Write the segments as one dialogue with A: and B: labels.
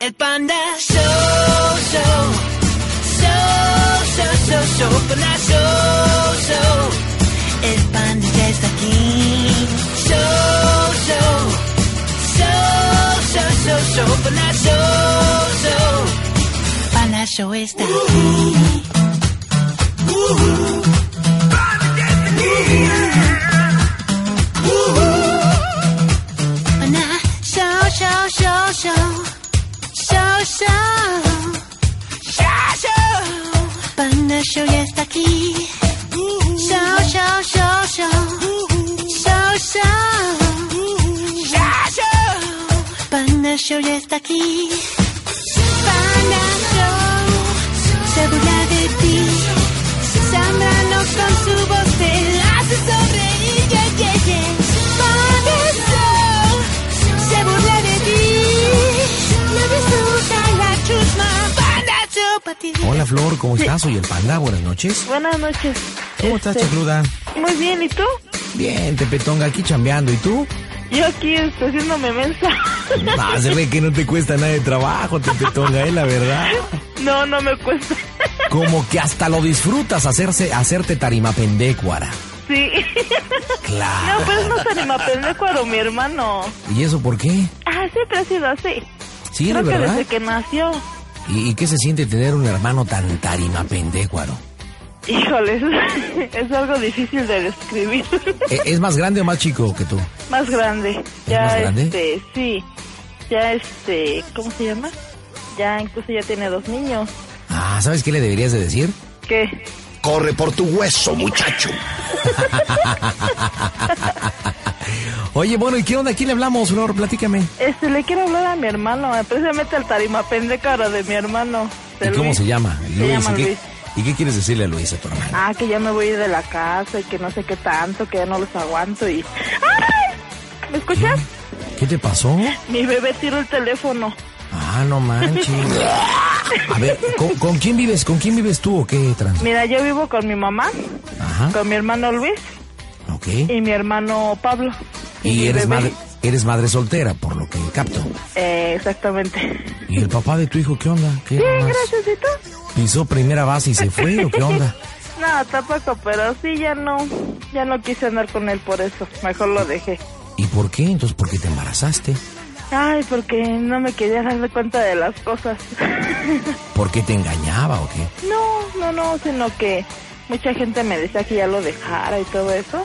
A: El panda show, show, show, show, show, show, panda show, show. El panda ya está aquí. Show, show, show, show, show, show, panda show, show. Panda show está aquí. Panda show, show, show, show, show, show. Panda show ya está aquí. Show, show, show, show, show, show. Panda show ya está aquí. Panda show se burla de ti. Zambrano con su voz te hace sonreír. Yeah, yeah, yeah. Panda show se burla de ti. No resulta la chusma. Panda show pa' ti.
B: Hola Flor, ¿cómo estás? Soy el Panda, buenas noches.
C: Buenas noches.
B: ¿Cómo estás,
C: Este,
B: Chacluda?
C: Muy bien, ¿y tú?
B: Bien, Tepetonga, aquí chambeando. ¿Y tú?
C: Yo aquí estoy haciéndome mensa.
B: No, se ve que no te cuesta nada de trabajo, Tepetonga, ¿eh? La verdad.
C: No, no me cuesta.
B: Como que hasta lo disfrutas hacerse, hacerte tarima pendécuara.
C: Sí. No,
B: Claro.
C: pues no pues- se anima pendecuaro, mi hermano.
B: ¿Y eso por qué?
C: Ah, siempre ha sido así.
B: Sí, de
C: Creo que
B: verdad.
C: desde que nació.
B: ¿Y, y qué se siente tener un hermano tan tarima pendécuaro?
C: Híjoles, es algo difícil de describir.
B: ¿E- ¿Es más grande o más chico que tú?
C: Más grande. Ya
B: más grande?
C: este, sí. Ya este, ¿cómo se llama? Ya incluso ya tiene dos niños.
B: Ah, ¿sabes qué le deberías de decir?
C: ¿Qué?
D: Corre por tu hueso, muchacho.
B: Oye, bueno, ¿y qué onda? ¿A quién le hablamos, Flor? Platícame.
C: Este, le quiero hablar a mi hermano, eh, precisamente al tarima pendécuaro de mi hermano. de
B: ¿Y cómo
C: Luis.
B: se llama?
C: llama
B: ¿y, qué,
C: Luis.
B: y qué quieres decirle a Luis, a tu hermano?
C: Ah, que ya me voy a ir de la casa y que no sé qué tanto, que ya no los aguanto y... ¡Ay! ¿Me escuchas?
B: ¿Qué te pasó?
C: Mi bebé tiró el teléfono.
B: Ah, no manches. A ver, ¿con, con quién vives? ¿Con quién vives tú o qué trans?
C: Mira, yo vivo con mi mamá,
B: Ajá.
C: con mi hermano Luis
B: Ok.
C: y mi hermano Pablo.
B: Y
C: mi
B: eres
C: bebé.
B: madre, eres madre soltera, por lo que capto.
C: Eh, exactamente.
B: ¿Y el papá de tu hijo qué onda? ¿Qué
C: Bien,
B: nomás
C: gracias, ¿y tú?
B: ¿Pisó primera base y se fue o qué onda?
C: No, tampoco, pero sí, ya no, ya no quise andar con él por eso. Mejor lo dejé.
B: ¿Y por qué? Entonces, ¿por qué te embarazaste?
C: Ay, porque no me quería dar cuenta de las cosas.
B: ¿Por qué te engañaba o qué?
C: No, no, no, sino que mucha gente me decía que ya lo dejara y todo eso.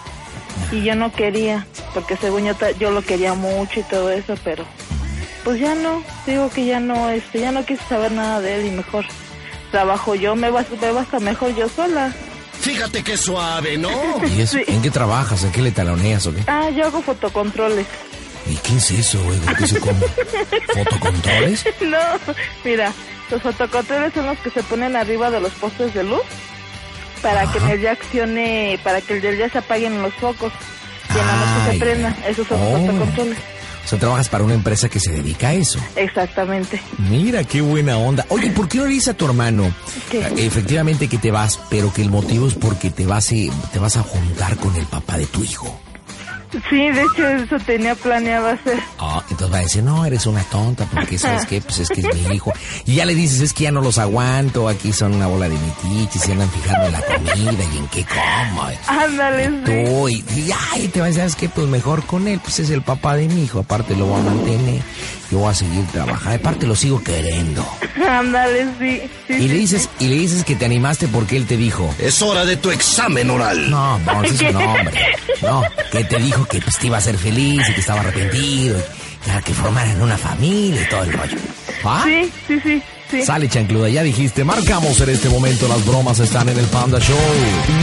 C: Y yo no quería, porque según yo, ta- yo lo quería mucho y todo eso, pero pues ya no, digo que ya no, este, ya no quise saber nada de él y mejor trabajo yo, me vas, me basta mejor yo sola.
D: Fíjate qué suave, ¿no?
B: ¿Y eso?
C: Sí.
B: ¿En qué trabajas? ¿En qué le taloneas o qué?
C: Ah, yo hago fotocontroles.
B: ¿Y qué es eso, güey? ¿Qué se come? ¿Fotocontroles?
C: no, mira, los fotocontroles son los que se ponen arriba de los postes de luz para que en el día accione, para que en el día se apaguen los focos y en la noche
B: Ay.
C: se prenda. Esos son
B: Oh.
C: los fotocontroles.
B: O sea, trabajas para una empresa que se dedica a eso.
C: Exactamente.
B: Mira, qué buena onda. Oye, ¿por qué no le dices a tu hermano?
C: ¿Qué?
B: eh, Efectivamente que te vas, pero que el motivo es porque te vas, eh, te vas a juntar con el papá de tu hijo.
C: Sí, de hecho eso tenía planeado hacer.
B: Ah, entonces va a decir, no, eres una tonta, porque ¿sabes qué? Pues es que es mi hijo. Y ya le dices, es que ya no los aguanto, aquí son una bola de metiches, se andan fijando en la comida y en qué como.
C: Ándale,
B: Y
C: sí.
B: tú, y, y ay, te vas a decir, ¿sabes qué? Pues mejor con él, pues es el papá de mi hijo, aparte lo voy a mantener, yo voy a seguir trabajando, aparte lo sigo queriendo.
C: Ándale, sí. sí,
B: Y le
C: sí.
B: dices, y le dices que te animaste porque él te dijo.
D: Es hora de tu examen oral.
B: No, no, ese es un hombre. No, que te dijo que pues, te iba a ser feliz y que estaba arrepentido. y ya que formaran una familia y todo el rollo. ¿Ah?
C: Sí, sí, sí. sí.
B: Sale chancluda, ya dijiste, marcamos en este momento, las bromas están en el Panda Show.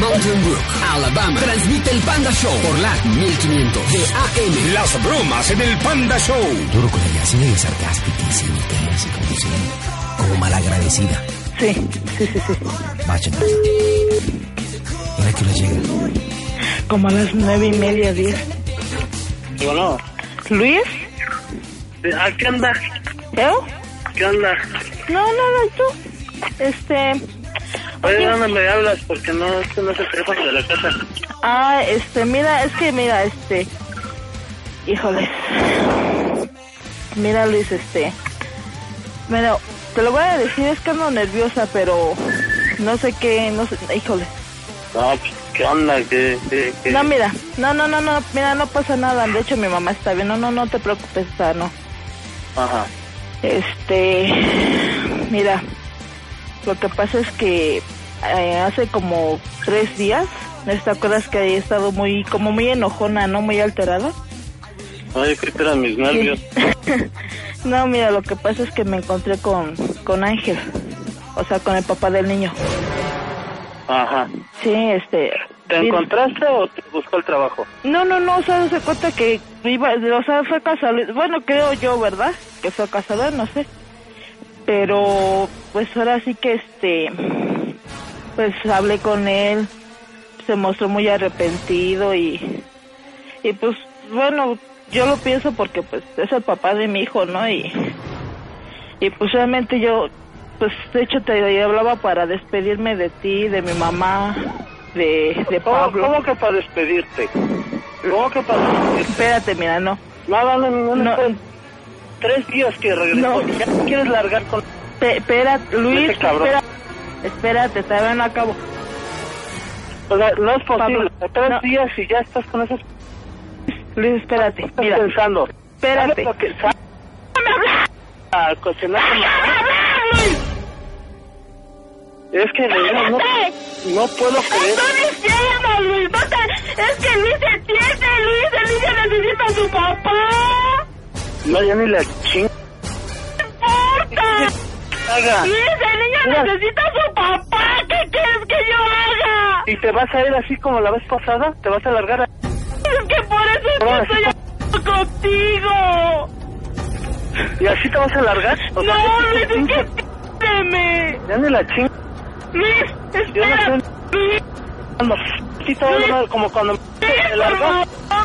E: Mountain Brook, Alabama. Transmite el Panda Show por la 1500 de AM.
D: Las bromas en el Panda Show.
B: Duro con ella, así medio sarcástica y cínica, así como si, como malagradecida.
C: Sí, sí, sí, sí.
B: Va, chancluda. Mira que lo llega.
C: Como a las nueve y media, diez.
F: Bueno,
C: ¿Luis?
F: ¿a Eh, ah, qué onda?
C: ¿Yo?
F: ¿Qué onda?
C: No, nada, ¿y tú? Este...
F: Oye,
C: oye,
F: ¿dónde me hablas? Porque no, este no es el teléfono de la casa.
C: Ah, este, mira, es que mira, este. Híjoles. Mira, Luis, este. Bueno, te lo voy a decir, es que ando nerviosa, pero no sé qué, no sé, híjole.
F: No, pues, ¿qué onda? ¿Qué, qué, qué?
C: No, mira, no, no, no, no, mira, no pasa nada. De hecho, mi mamá está bien. No, no, no te preocupes, está, no.
F: Ajá.
C: Este, mira, lo que pasa es que eh, hace como tres días, ¿no te acuerdas que he estado muy, como muy enojona, no muy alterada?
F: Ay, ¿qué eran mis nervios?
C: no, mira, lo que pasa es que me encontré con, con Ángel, o sea, con el papá del niño.
F: Ajá.
C: Sí, este.
F: ¿Te
C: mira-
F: encontraste o te buscó el trabajo?
C: No, no, no, o sea, se cuenta que iba, o sea, fue casual, bueno, creo yo, ¿verdad? Que fue casualidad, no sé. Pero, pues ahora sí que este, pues hablé con él, se mostró muy arrepentido y, y pues, bueno, yo lo pienso porque, pues, es el papá de mi hijo, ¿no? Y, y pues realmente yo, pues, de hecho te hablaba para despedirme de ti, de mi mamá, de, de
F: ¿Cómo,
C: Pablo.
F: ¿Cómo que para despedirte? ¿Cómo que para despedirte?
C: Espérate, mira, no.
F: No, no, no, no,
C: No.
F: no. Tres días que regresó.
C: No.
F: ¿Ya te quieres largar con
C: Pe- Espera, Luis,
F: Este cabrón.
C: espera. Espérate, todavía no acabo.
F: O sea, no es posible.
C: Pablo,
F: Tres
C: no.
F: días y ya estás con esas
C: Luis, espérate.
F: estás
C: Mira,
F: pensando.
C: espérate.
F: ¿Sabes lo que sabes? A Ah, cocinar con la- Es que de veras, no, no puedo creer.
G: Entonces llama Luis, basta. Es que Luis se pierde, Luis, el niño necesita a su papá.
F: No, ya ni la ching.
G: ¡Importa!
F: haga.
G: Luis, el niño
F: Mira.
G: necesita a su papá. ¿Qué quieres que yo haga?
F: ¿Y te vas a ir así como la vez pasada? ¿Te vas a largar? a-
G: Es que por eso es que
F: Ahora
G: estoy
F: sí.
G: a- contigo.
F: ¿Y así te vas a largar? O sea,
G: No,
F: ¿qué
G: Luis, es
F: pinche-
G: que piérdeme.
F: Ya ni la ching.
G: Luis, espera. Luis,
F: Cuando, sí, todo lo mal, como cuando me largo,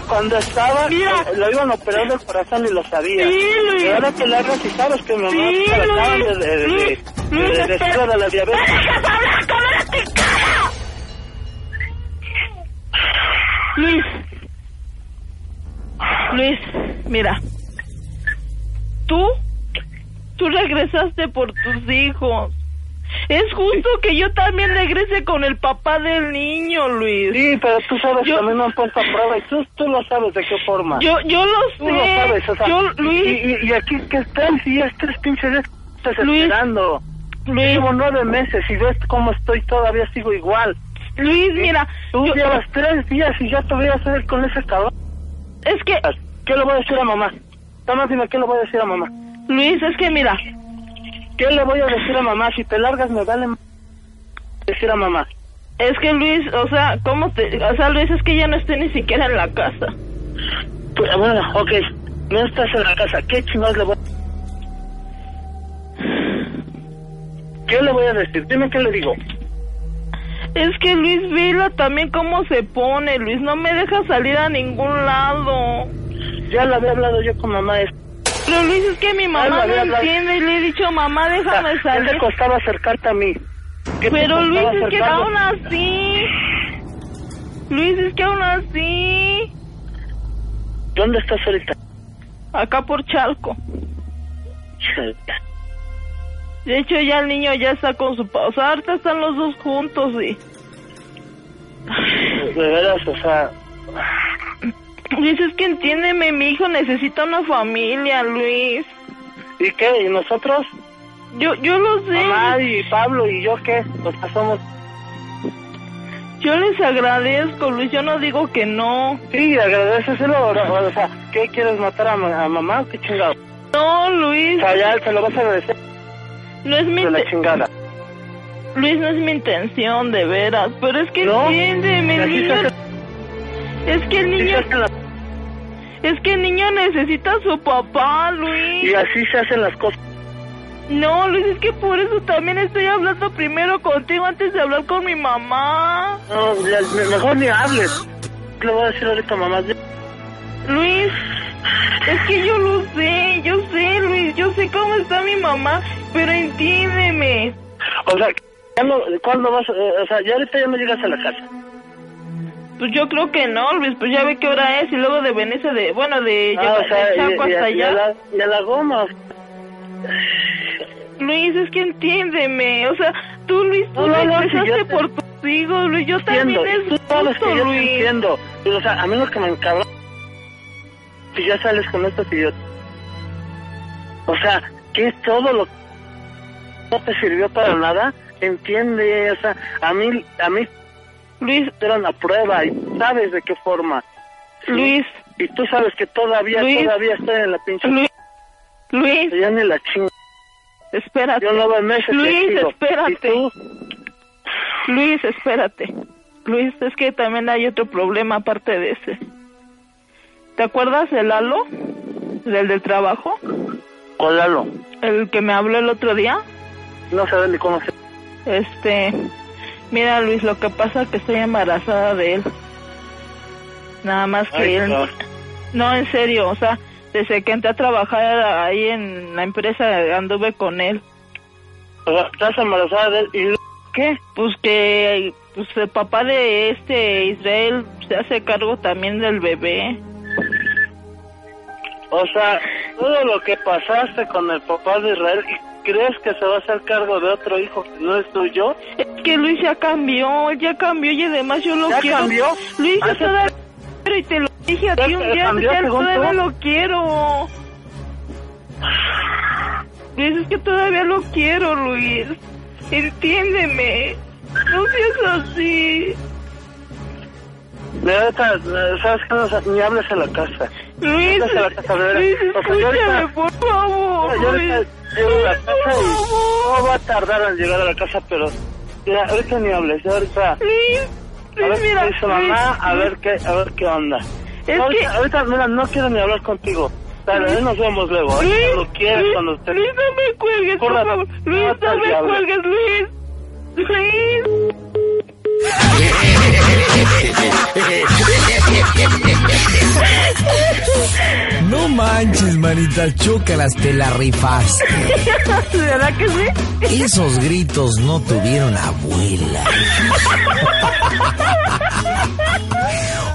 F: cuando estaba, eh,
G: Mira.
F: lo iban a operar del corazón y lo sabía.
G: Sí, Luis.
F: y ahora te largas y sabes que mi mamá
G: Sí,
F: se la acaban de,
G: Luis.
F: de, de,
G: Luis,
F: de-
G: Luis,
F: de- de-
G: espera.
F: de la diabetes.
G: ¡Dejas hablar, cámara, te cara!
C: Luis. Luis, mira. Tú, tú regresaste por tus hijos. Es justo que yo también regrese con el papá del niño, Luis.
F: Sí, pero tú sabes
C: Yo-
F: que a mí me han puesto a prueba y tú, tú lo sabes de qué forma.
C: Yo, yo lo
F: tú lo sabes,
C: sé.
F: o sea,
C: Yo,
F: y,
C: Luis,
F: y, y aquí que estás y ya tres pinches días estás
C: Luis.
F: esperando.
C: Luis,
F: Llevo nueve meses y ves cómo estoy, todavía sigo igual.
C: Luis, mira.
F: Tú
C: yo-
F: llevas tres días y ya te voy a hacer con ese cabrón.
C: es que
F: ¿Qué le voy a decir a mamá? Nada más dime, ¿qué le voy a decir a mamá?
C: Luis, es que mira,
F: ¿Qué le voy a decir a mamá? Si te largas me vale m- decir a mamá.
C: es que Luis, o sea, ¿cómo te, o sea, Luis es que ya no estoy ni siquiera en la casa.
F: Pues, bueno, ok, no estás en la casa. ¿Qué chingados le voy a... ¿Qué le voy a decir? Dime qué le digo.
C: Es que Luis vela también cómo se pone, Luis, no me deja salir a ningún lado.
F: Ya lo había hablado yo con mamá. es-
C: Pero Luis, es que mi mamá
F: Ay,
C: no
F: María, la-
C: entiende y le he dicho, mamá, déjame
F: ¿Qué te
C: salir.
F: costaba acercarte a mí? ¿Qué te
C: Pero
F: costaba
C: Luis, es que
F: acercarme?
C: aún así. Luis, es que aún así.
F: ¿Dónde estás ahorita?
C: Acá por Chalco. De hecho, ya el niño ya está con su... pa- O sea, ahorita están los dos juntos y...
F: De veras, o sea...
C: Luis, es que entiéndeme, mi hijo necesita una familia, Luis.
F: ¿Y qué? ¿Y nosotros?
C: Yo, yo lo sé.
F: Mamá y Pablo y yo qué? Nos pasamos...
C: Yo les agradezco, Luis. Yo no digo que no.
F: Sí, agradeceselo. O o sea, ¿qué quieres matar a, ma- a mamá? ¿Qué chingado?
C: No,
F: O
C: Luis.
F: sea, ya se lo vas a agradecer
C: No es mi
F: de la
C: inte-
F: chingada.
C: Luis, no es mi intención, de veras. Pero es que
F: No,
C: entiéndeme, el
F: así
C: niño...
F: se hace.
C: Es que el
F: Y
C: niño...
F: así se hacen las-
C: Es que el niño necesita a su papá, Luis.
F: Y así se hacen las cosas.
C: No, Luis, es que por eso también estoy hablando primero contigo antes de hablar con mi mamá.
F: No, ya, me- mejor ni hables. Le voy a decir ahorita a mamá.
C: Luis, es que yo lo sé, yo sé, Luis, yo sé cómo está mi mamá, pero entiéndeme.
F: O sea, ya no, ¿cuándo vas? Eh, o sea, ya ahorita ya no llegas a la casa.
C: Pues yo creo que no, Luis, pues ya ve qué hora es y luego de Venecia, de, bueno, de,
F: Ah,
C: llegar de Chaco
F: y- y-
C: hasta
F: y a
C: allá.
F: la, y a la goma.
C: Luis, es que entiéndeme. O sea, tú, Luis, tú
F: No,
C: lo
F: no, no, si
C: expresaste
F: yo te-
C: por tus hijos, Luis. Yo también
F: entiendo,
C: es
F: y tú sabes
C: justo,
F: que yo te
C: Luis.
F: entiendo. Y, o sea, a mí lo que me encabrona si ya sales con estos idiotas. O sea, que todo lo no te sirvió para nada, entiende, o sea, a mí, a mí Luis era una prueba y sabes de qué forma. ¿sí?
C: Luis,
F: Y tú sabes que todavía,
C: Luis.
F: todavía estoy en la pinche...
C: Luis, Luis,
F: Ya ni la chinga.
C: espérate.
F: Yo nueve meses te
C: Luis,
F: sigo.
C: espérate.
F: ¿Y tú?
C: Luis, espérate. Luis, es que también hay otro problema aparte de ese. ¿Te acuerdas de Lalo? Del del trabajo.
F: Con Lalo.
C: El que me habló el otro día.
F: No sabes ni cómo se...
C: Este, mira Luis, lo que pasa es que estoy embarazada de él. Nada más que
F: Ay,
C: él.
F: Dios.
C: No, en serio, o sea, desde que entré a trabajar ahí en la empresa anduve con él.
F: O sea, Estás embarazada de él y luego, ¿qué?
C: Pues que pues el papá de este Israel se hace cargo también del bebé.
F: O sea, todo lo que pasaste con el papá de Israel y crees que se va a hacer cargo de otro hijo que no es tuyo.
C: Es que Luis ya cambió, él ya cambió y además yo lo
F: ¿Ya
C: quiero.
F: cambió?
C: Luis, yo
F: Hace-
C: todavía pero y te lo dije a
F: ¿Ya
C: ti un
F: te
C: día,
F: cambió
C: ya
F: según
C: todavía
F: tú?
C: lo quiero. Luis, es que todavía lo quiero, Luis. Entiéndeme. No seas así.
F: De verdad, sabes que no sa- ni hables en la casa.
C: Luis,
F: Vete a la casa, bebé.
C: Luis,
F: O sea, yo ahorita-
C: escúchame, por favor.
F: Yo ahorita
C: Luis.
F: llego a la
C: Luis,
F: casa
C: por
F: y no
C: favor.
F: va a tardar en llegar a la casa, pero mira, ahorita ni hables, ya ahorita.
C: Luis,
F: A ver
C: Luis, mira.
F: qué dice mamá,
C: Luis,
F: a ver qué, a ver qué onda.
C: Es
F: ahorita,
C: que-
F: ahorita, mira, no quiero ni hablar contigo. Dale, ahí nos vemos luego. Ahorita
C: Luis,
F: cuando quieras,
C: Luis,
F: cuando estés.
C: Luis, no me cuelgues, por
F: Córrate,
C: favor. Luis,
F: córrate
C: no
F: al
C: me
F: diablo.
C: cuelgues, Luis. Luis.
B: No manches, manita, chócalas, te la rifaste.
C: ¿De verdad que sí?
B: Esos gritos no tuvieron abuela.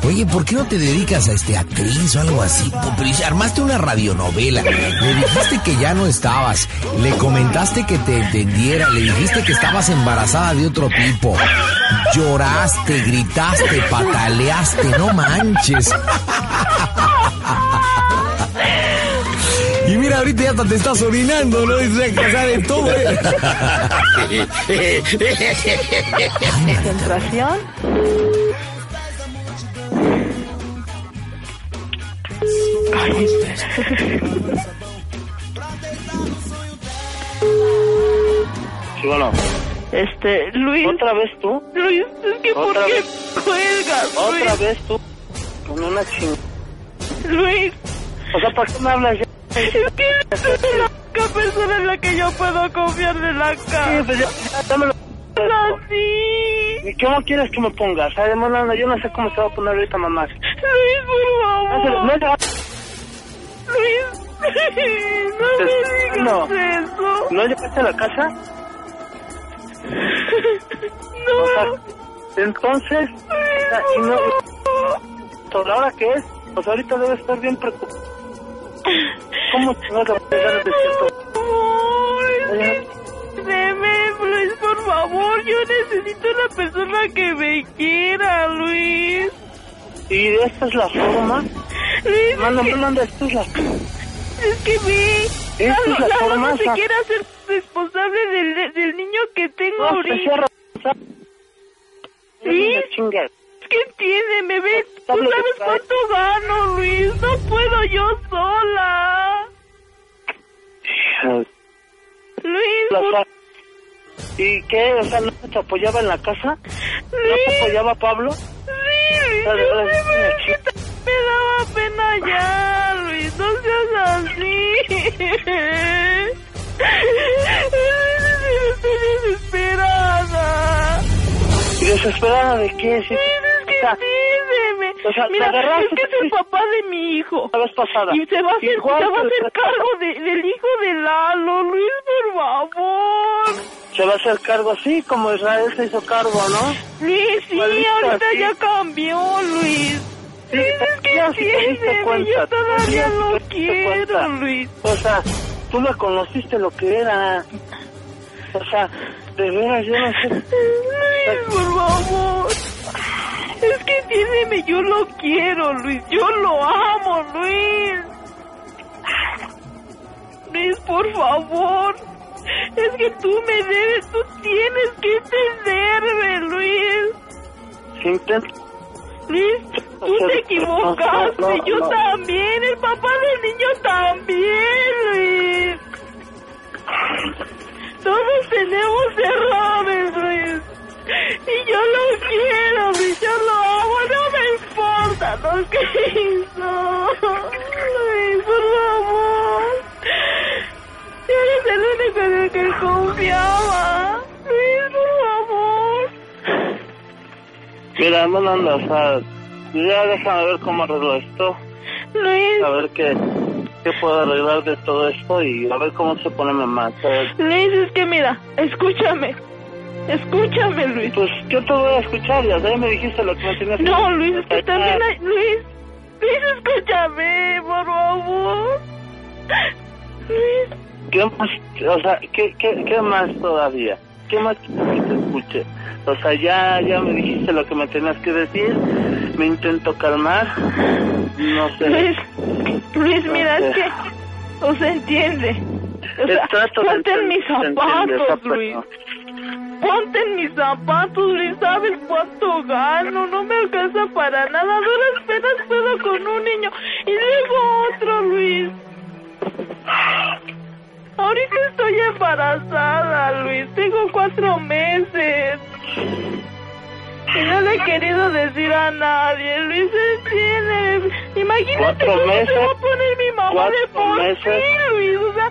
B: Oye, ¿por qué no te dedicas a este actriz o algo así? Popris? Armaste una radionovela, le dijiste que ya no estabas, le comentaste que te entendiera, le dijiste que estabas embarazada de otro tipo, lloraste, gritaste, pataleaste, no manches. Y mira, ahorita ya hasta te estás orinando, ¿no? Y se de todo, ¿eh?
C: ¿Concentración?
F: Sí, bueno.
C: Este, Luis.
F: ¿Otra vez tú?
C: Luis, es que ¿por
F: Otra
C: qué
F: vez.
C: cuelgas,
F: ¿Otra
C: Luis?
F: vez tú? Con una chingada.
C: Luis,
F: O sea, ¿para qué me hablas ya?
C: es que eres la única persona en la que yo puedo confiar de la
F: Sí,
C: casa.
F: pues ya, ya, dámelo.
C: Así.
F: ¿Y cómo quieres que me pongas? Además, no, no, yo no sé cómo se va a poner ahorita mamá.
C: Luis, por
F: No se-
C: favor.
F: no se-
C: Luis, no
F: Te-
C: me digas
F: no.
C: eso.
F: ¿No llegaste a la casa? O sea,
C: No,
F: entonces... o sea, y no- ¿Sobre ahora qué es? Pues ahorita debes estar bien preocupado. ¿Cómo chingados le vas a llegar al desierto?
C: por favor, es
F: Oye,
C: que- Deme, Luis, por favor, yo necesito una persona que me quiera, Luis.
F: Y esta es la forma.
C: Luis,
F: Manda, manda, esta es la...
C: es que ve.
F: Esta es
C: Lalo, Lalo
F: la
C: no
F: forma,
C: se
F: Sa-
C: quiere hacer responsable del, del niño que tengo
F: No, se
C: ahorita.
F: cierra.
C: ¿Sí?
F: Chinga.
C: Es que entiéndeme, ve. Tú
F: Pablo,
C: sabes
F: ¿qué traes?
C: cuánto gano, Luis. No puedo yo sola. Luis,
F: La
C: por-
F: sa- ¿Y qué? O sea, ¿no te apoyaba en la casa? ¿No te
C: Luis.
F: apoyaba Pablo?
C: Sí,
F: La
C: Luis,
F: verdad es
C: no sé,
F: una
C: pero es que me daba pena ya, Luis, no seas así. Estoy desesperada.
F: ¿Y desesperada de qué? Sí,
C: Luis, es que
F: o sea,
C: entiéndeme.
F: o sea, te
C: Mira,
F: agarraste
C: es que es el
F: así.
C: papá de mi hijo.
F: la vez pasada.
C: Y se va a hacer, se
F: Igual
C: va a
F: que
C: hacer
F: la-
C: cargo de- del hijo de Lalo, Luis, por favor.
F: Se va a hacer cargo así como Israel se hizo cargo, ¿no?
C: Luis, sí,
F: Maldito
C: ahorita
F: así.
C: ya cambió, Luis.
F: Sí,
C: Es que
F: ya, si te diste
C: entiéndeme,
F: cuenta,
C: yo todavía
F: ya,
C: lo
F: si te diste
C: quiero,
F: cuenta.
C: Luis.
F: O sea, tú la conociste lo que era. O sea, de veras, yo no sé.
C: Ay, por favor. Es que entiéndeme, yo lo quiero, Luis. Yo lo amo, Luis. Luis, por favor. Es que tú me debes, tú tienes que entenderme, Luis.
F: Si intento
C: Luis, tú te equivocaste,
F: No, no, no,
C: yo
F: no.
C: también, el papá del niño también, Luis. Todos tenemos errores, Luis. Y yo lo quiero, Luis, yo lo amo, no me importa lo que hizo. Luis, por favor. Eres el único en el que confiaba. Luis, por favor.
F: Mira, no, no, no, o sea, ya déjame ver cómo arreglo esto,
C: Luis,
F: a ver qué, qué puedo arreglar de todo esto y a ver cómo se pone mamá. O sea,
C: Luis, es que mira, escúchame. Escúchame, Luis.
F: Pues yo te voy a escuchar, ya, ya me dijiste lo que me tenías que
C: No, Luis, es
F: O sea,
C: que
F: ya,
C: también hay... Luis, Luis, escúchame, por favor. Luis,
F: ¿Qué más? O sea, ¿qué, qué, qué más todavía? ¿Qué más quieres que te escuche? O sea, ya, ya me dijiste lo que me tenías que decir, me intento calmar, no sé.
C: Luis, Luis, mira,
F: No
C: es
F: sé.
C: que... O sea, entiende. O sea,
F: Trato de
C: ponte en mis
F: entender, entiendes,
C: zapatos,
F: pero-
C: Luis. Ponte en mis zapatos, Luis, ¿sabes cuánto gano? No me alcanza para nada. A duras penas puedo con un niño. Y luego otro, Luis. Ahorita estoy embarazada, Luis. Tengo cuatro meses. Y no le he querido decir a nadie, Luis, entiende. Imagínate
F: ¿Cuatro
C: cómo
F: meses?
C: se va a poner mi mamá de
F: ¿Cuatro
C: por
F: meses?
C: ti, Luis. O sea,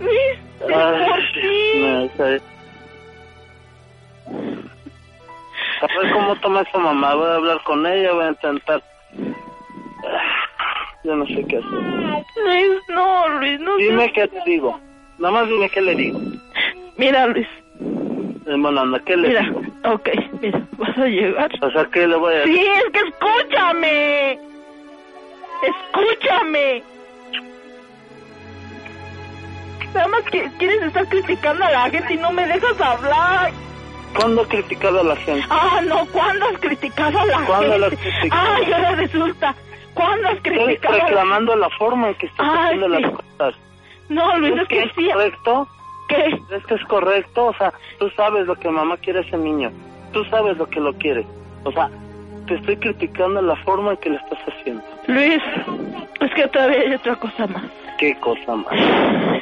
C: Luis, de
F: Ay,
C: por ti.
F: no sé. A ver cómo toma esa mamá. Voy a hablar con ella, voy a intentar. Ah, Yo no sé qué hacer.
C: Luis, no, Luis, no
F: Dime
C: seas-
F: qué te digo. Nada más dime qué le digo.
C: Mira, Luis,
F: Eh, Bueno, anda, ¿qué le
C: mira.
F: digo?
C: Ok, mira, vas a llegar.
F: O sea, ¿qué le voy a decir?
C: Sí, es que escúchame. Escúchame. Nada más que quieres estar criticando a la gente y no me dejas hablar.
F: ¿Cuándo he criticado a la gente?
C: Ah, no, ¿cuándo has criticado a la
F: ¿Cuándo la has
C: gente?
F: criticado?
C: Ay, ahora resulta. ¿Cuándo has
F: Estoy
C: criticado a la
F: reclamando la forma en que estás
C: Ay,
F: haciendo las
C: Ah, sí.
F: cosas.
C: No, Luis, es
F: ¿Crees
C: que
F: es
C: sí.
F: correcto?
C: ¿Qué?
F: ¿Crees que es correcto? O sea, tú sabes lo que mamá quiere a ese niño. Tú sabes lo que lo quiere. O sea, te estoy criticando la forma en que lo estás haciendo.
C: Luis, es que todavía hay otra cosa más.
F: Qué cosa más.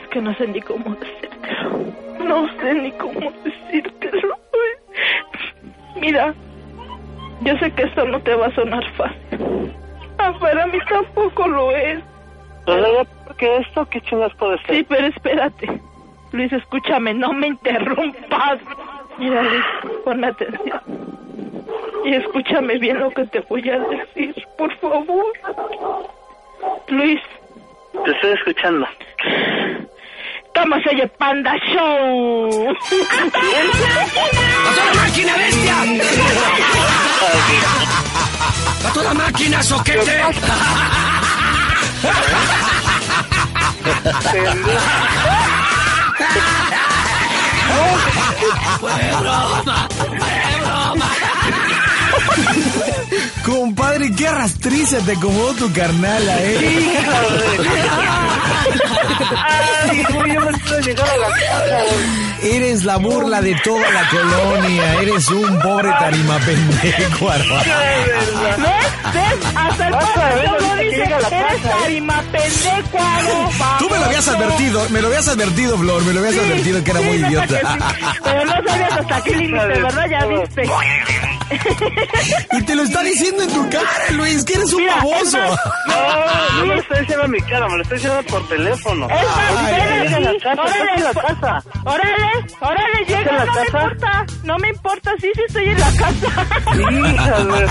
C: Es que no sé ni cómo decírtelo. No sé ni cómo decírtelo. Ay. Mira, yo sé que esto no te va a sonar fácil. Ah, para mí tampoco lo es.
F: Pero porque esto, ¿qué chingas puede ser?
C: Sí, pero espérate. Luis, escúchame, no me interrumpas. Mira, Luis, pon atención. Y escúchame bien lo que te voy a decir, por favor. Luis,
F: Te estoy escuchando.
C: toma, oye, Panda Show.
D: ¡A toda máquina, bestia! ¡A toda máquina, soquete!
B: Compadre, qué arrastriza te acomodó tu carnal, ¿eh?
F: Ay, güey, yo me estoy llegando a la casa, güey.
B: Eres la burla de toda la colonia. Eres un pobre tarima pendejo,
C: ¿Ves? ¿Ves? Hasta el
F: Vas a ver
C: pastor lo
F: ahorita que
C: dice,
F: llega la
C: eres
F: plaza, ¿eh?
C: tarima pendecuado,
B: Tú me lo habías advertido, me lo habías advertido, Flor, me lo habías advertido que era muy idiota.
C: Pero no sabías hasta qué límite, ¿verdad? Ya viste.
B: Y te lo está diciendo en tu cara, Luis, que eres un
C: Mira,
B: baboso.
C: es más-
F: No, no me lo estoy diciendo a mi cara, me lo estoy diciendo por teléfono.
C: Es más,
B: Ay,
C: ven
F: llega
C: aquí.
F: la casa,
C: Órale,
F: llega la
C: po-
F: casa.
C: Órale, órale, llega,
F: la
C: no me
F: casa.
C: importa. No me importa, sí, sí estoy en la casa.
F: Híjole.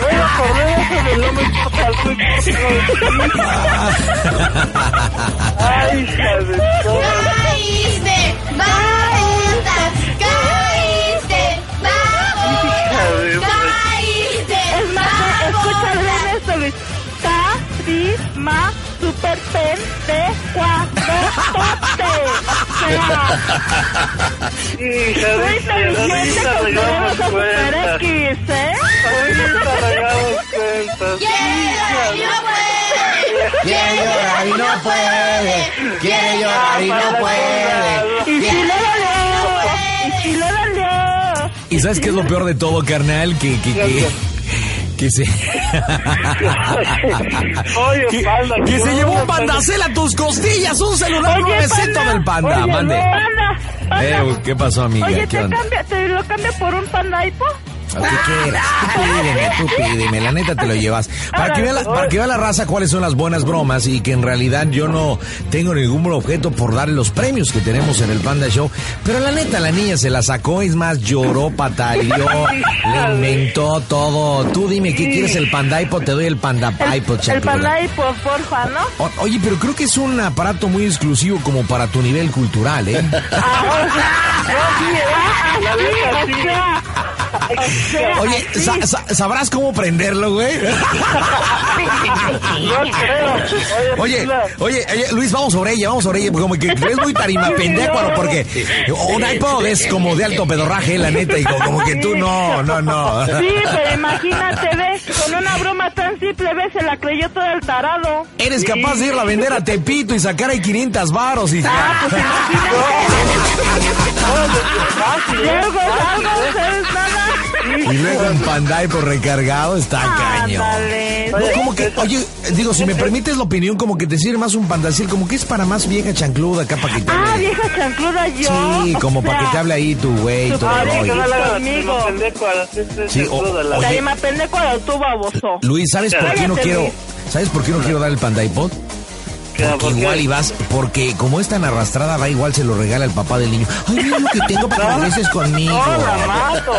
F: Voy a correr eso de no me importa el cuerpo. Ay, hija de todo.
A: Caíste, vagabunda, caíste,
F: Hija
A: vagabunda,
F: de-
A: caíste,
C: Es más, escúchale
A: vagabunda.
C: esto, Luis. Tarima súper pendejuadotote.
F: Hija,
C: Muy
F: ahorita
C: inteligente con
F: regamos
C: todos a Super
F: cuentas.
C: X, ¿eh?
F: Ahorita regamos cuentas. Hija,
B: Quiere llorar y no puede. Quiere llorar y no puede.
C: Y si le dolió, y si le dolió.
B: ¿Y sabes qué es lo peor de todo, carnal? Que, que, que, que se...
F: Oye,
B: que,
F: panda,
B: que se
F: ¿cómo
B: llevó un
F: estás?
B: pandacel a tus costillas, un celular
C: Oye,
B: nuevecito
C: panda,
B: del panda.
C: oye,
B: Mande.
C: Panda, panda.
B: Eh, ¿Qué pasó, amiga?
C: Oye,
B: ¿Qué
C: ¿te,
B: onda?
C: cambia, ¿te lo cambia por un pandaipo?
B: Tú quieras, tú pídeme, tú pídeme, la neta te lo llevas. Para que, vea la, para que vea la raza cuáles son las buenas bromas y que en realidad yo no tengo ningún objeto por darle los premios que tenemos en el Panda Show. Pero la neta, la niña se la sacó, es más, lloró, pataleó, le inventó todo. Tú dime, ¿qué quieres el pandaipo? Te doy el pandapaipo,
C: El
B: chapirulo.
C: pandaipo, porfa, ¿no?
B: O- Oye, pero creo que es un aparato muy exclusivo como para tu nivel cultural, ¿eh?
C: Ah, sí, o sea, o sea,
B: Oye,
C: así.
B: sa- sa- ¿sabrás cómo prenderlo, güey?
F: Yo creo.
B: Oye,
F: Panda,
B: oye, oye, Luis, vamos sobre ella, vamos sobre ella, porque como que es muy tarima pendécuaro, porque un iPod es como de alto pedorraje, la neta, y como como que tú no, no, no.
C: Sí, pero imagínate, ve, con una broma tan simple, ve, se la creyó todo el tarado.
B: Eres capaz de irla a vender a Tepito y sacar ahí 500 varos y...
C: Ah, Luego, algo, ¿sabes nada? pues
B: Y luego en Pandaipo recargado está
C: Ah,
B: caño.
C: Ándale.
B: No, como que, oye, digo, si me permites la opinión, como que te sirve más un pandacil, como que es para más vieja chancluda acá para que te
C: Ah,
B: hable.
C: vieja chancluda yo.
B: Sí,
C: o
B: como para
C: sea,
B: que te hable ahí tu güey, tu
C: Ay,
B: rollo.
F: que no la hagas
C: conmigo.
F: primo pendejo a las veces
B: Sí,
F: de
B: o-
F: toda la-
B: oye.
C: Tarima pendejo a tu baboso.
B: Luis, ¿sabes por qué no
C: Cállate,
B: quiero,
C: Luis.
B: sabes por qué no quiero dar el pandaipod?
F: Claro,
B: Porque
F: ¿por qué?
B: igual y vas, porque como es tan arrastrada, va igual se lo regala el papá del niño. Ay, mira lo que tengo para que regreses conmigo.
F: No, la mato.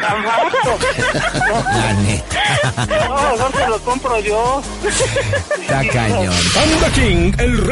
F: La mato.
B: La neta,
F: No, mejor se lo compro yo.
B: está cañón.
D: Panda King, el rey.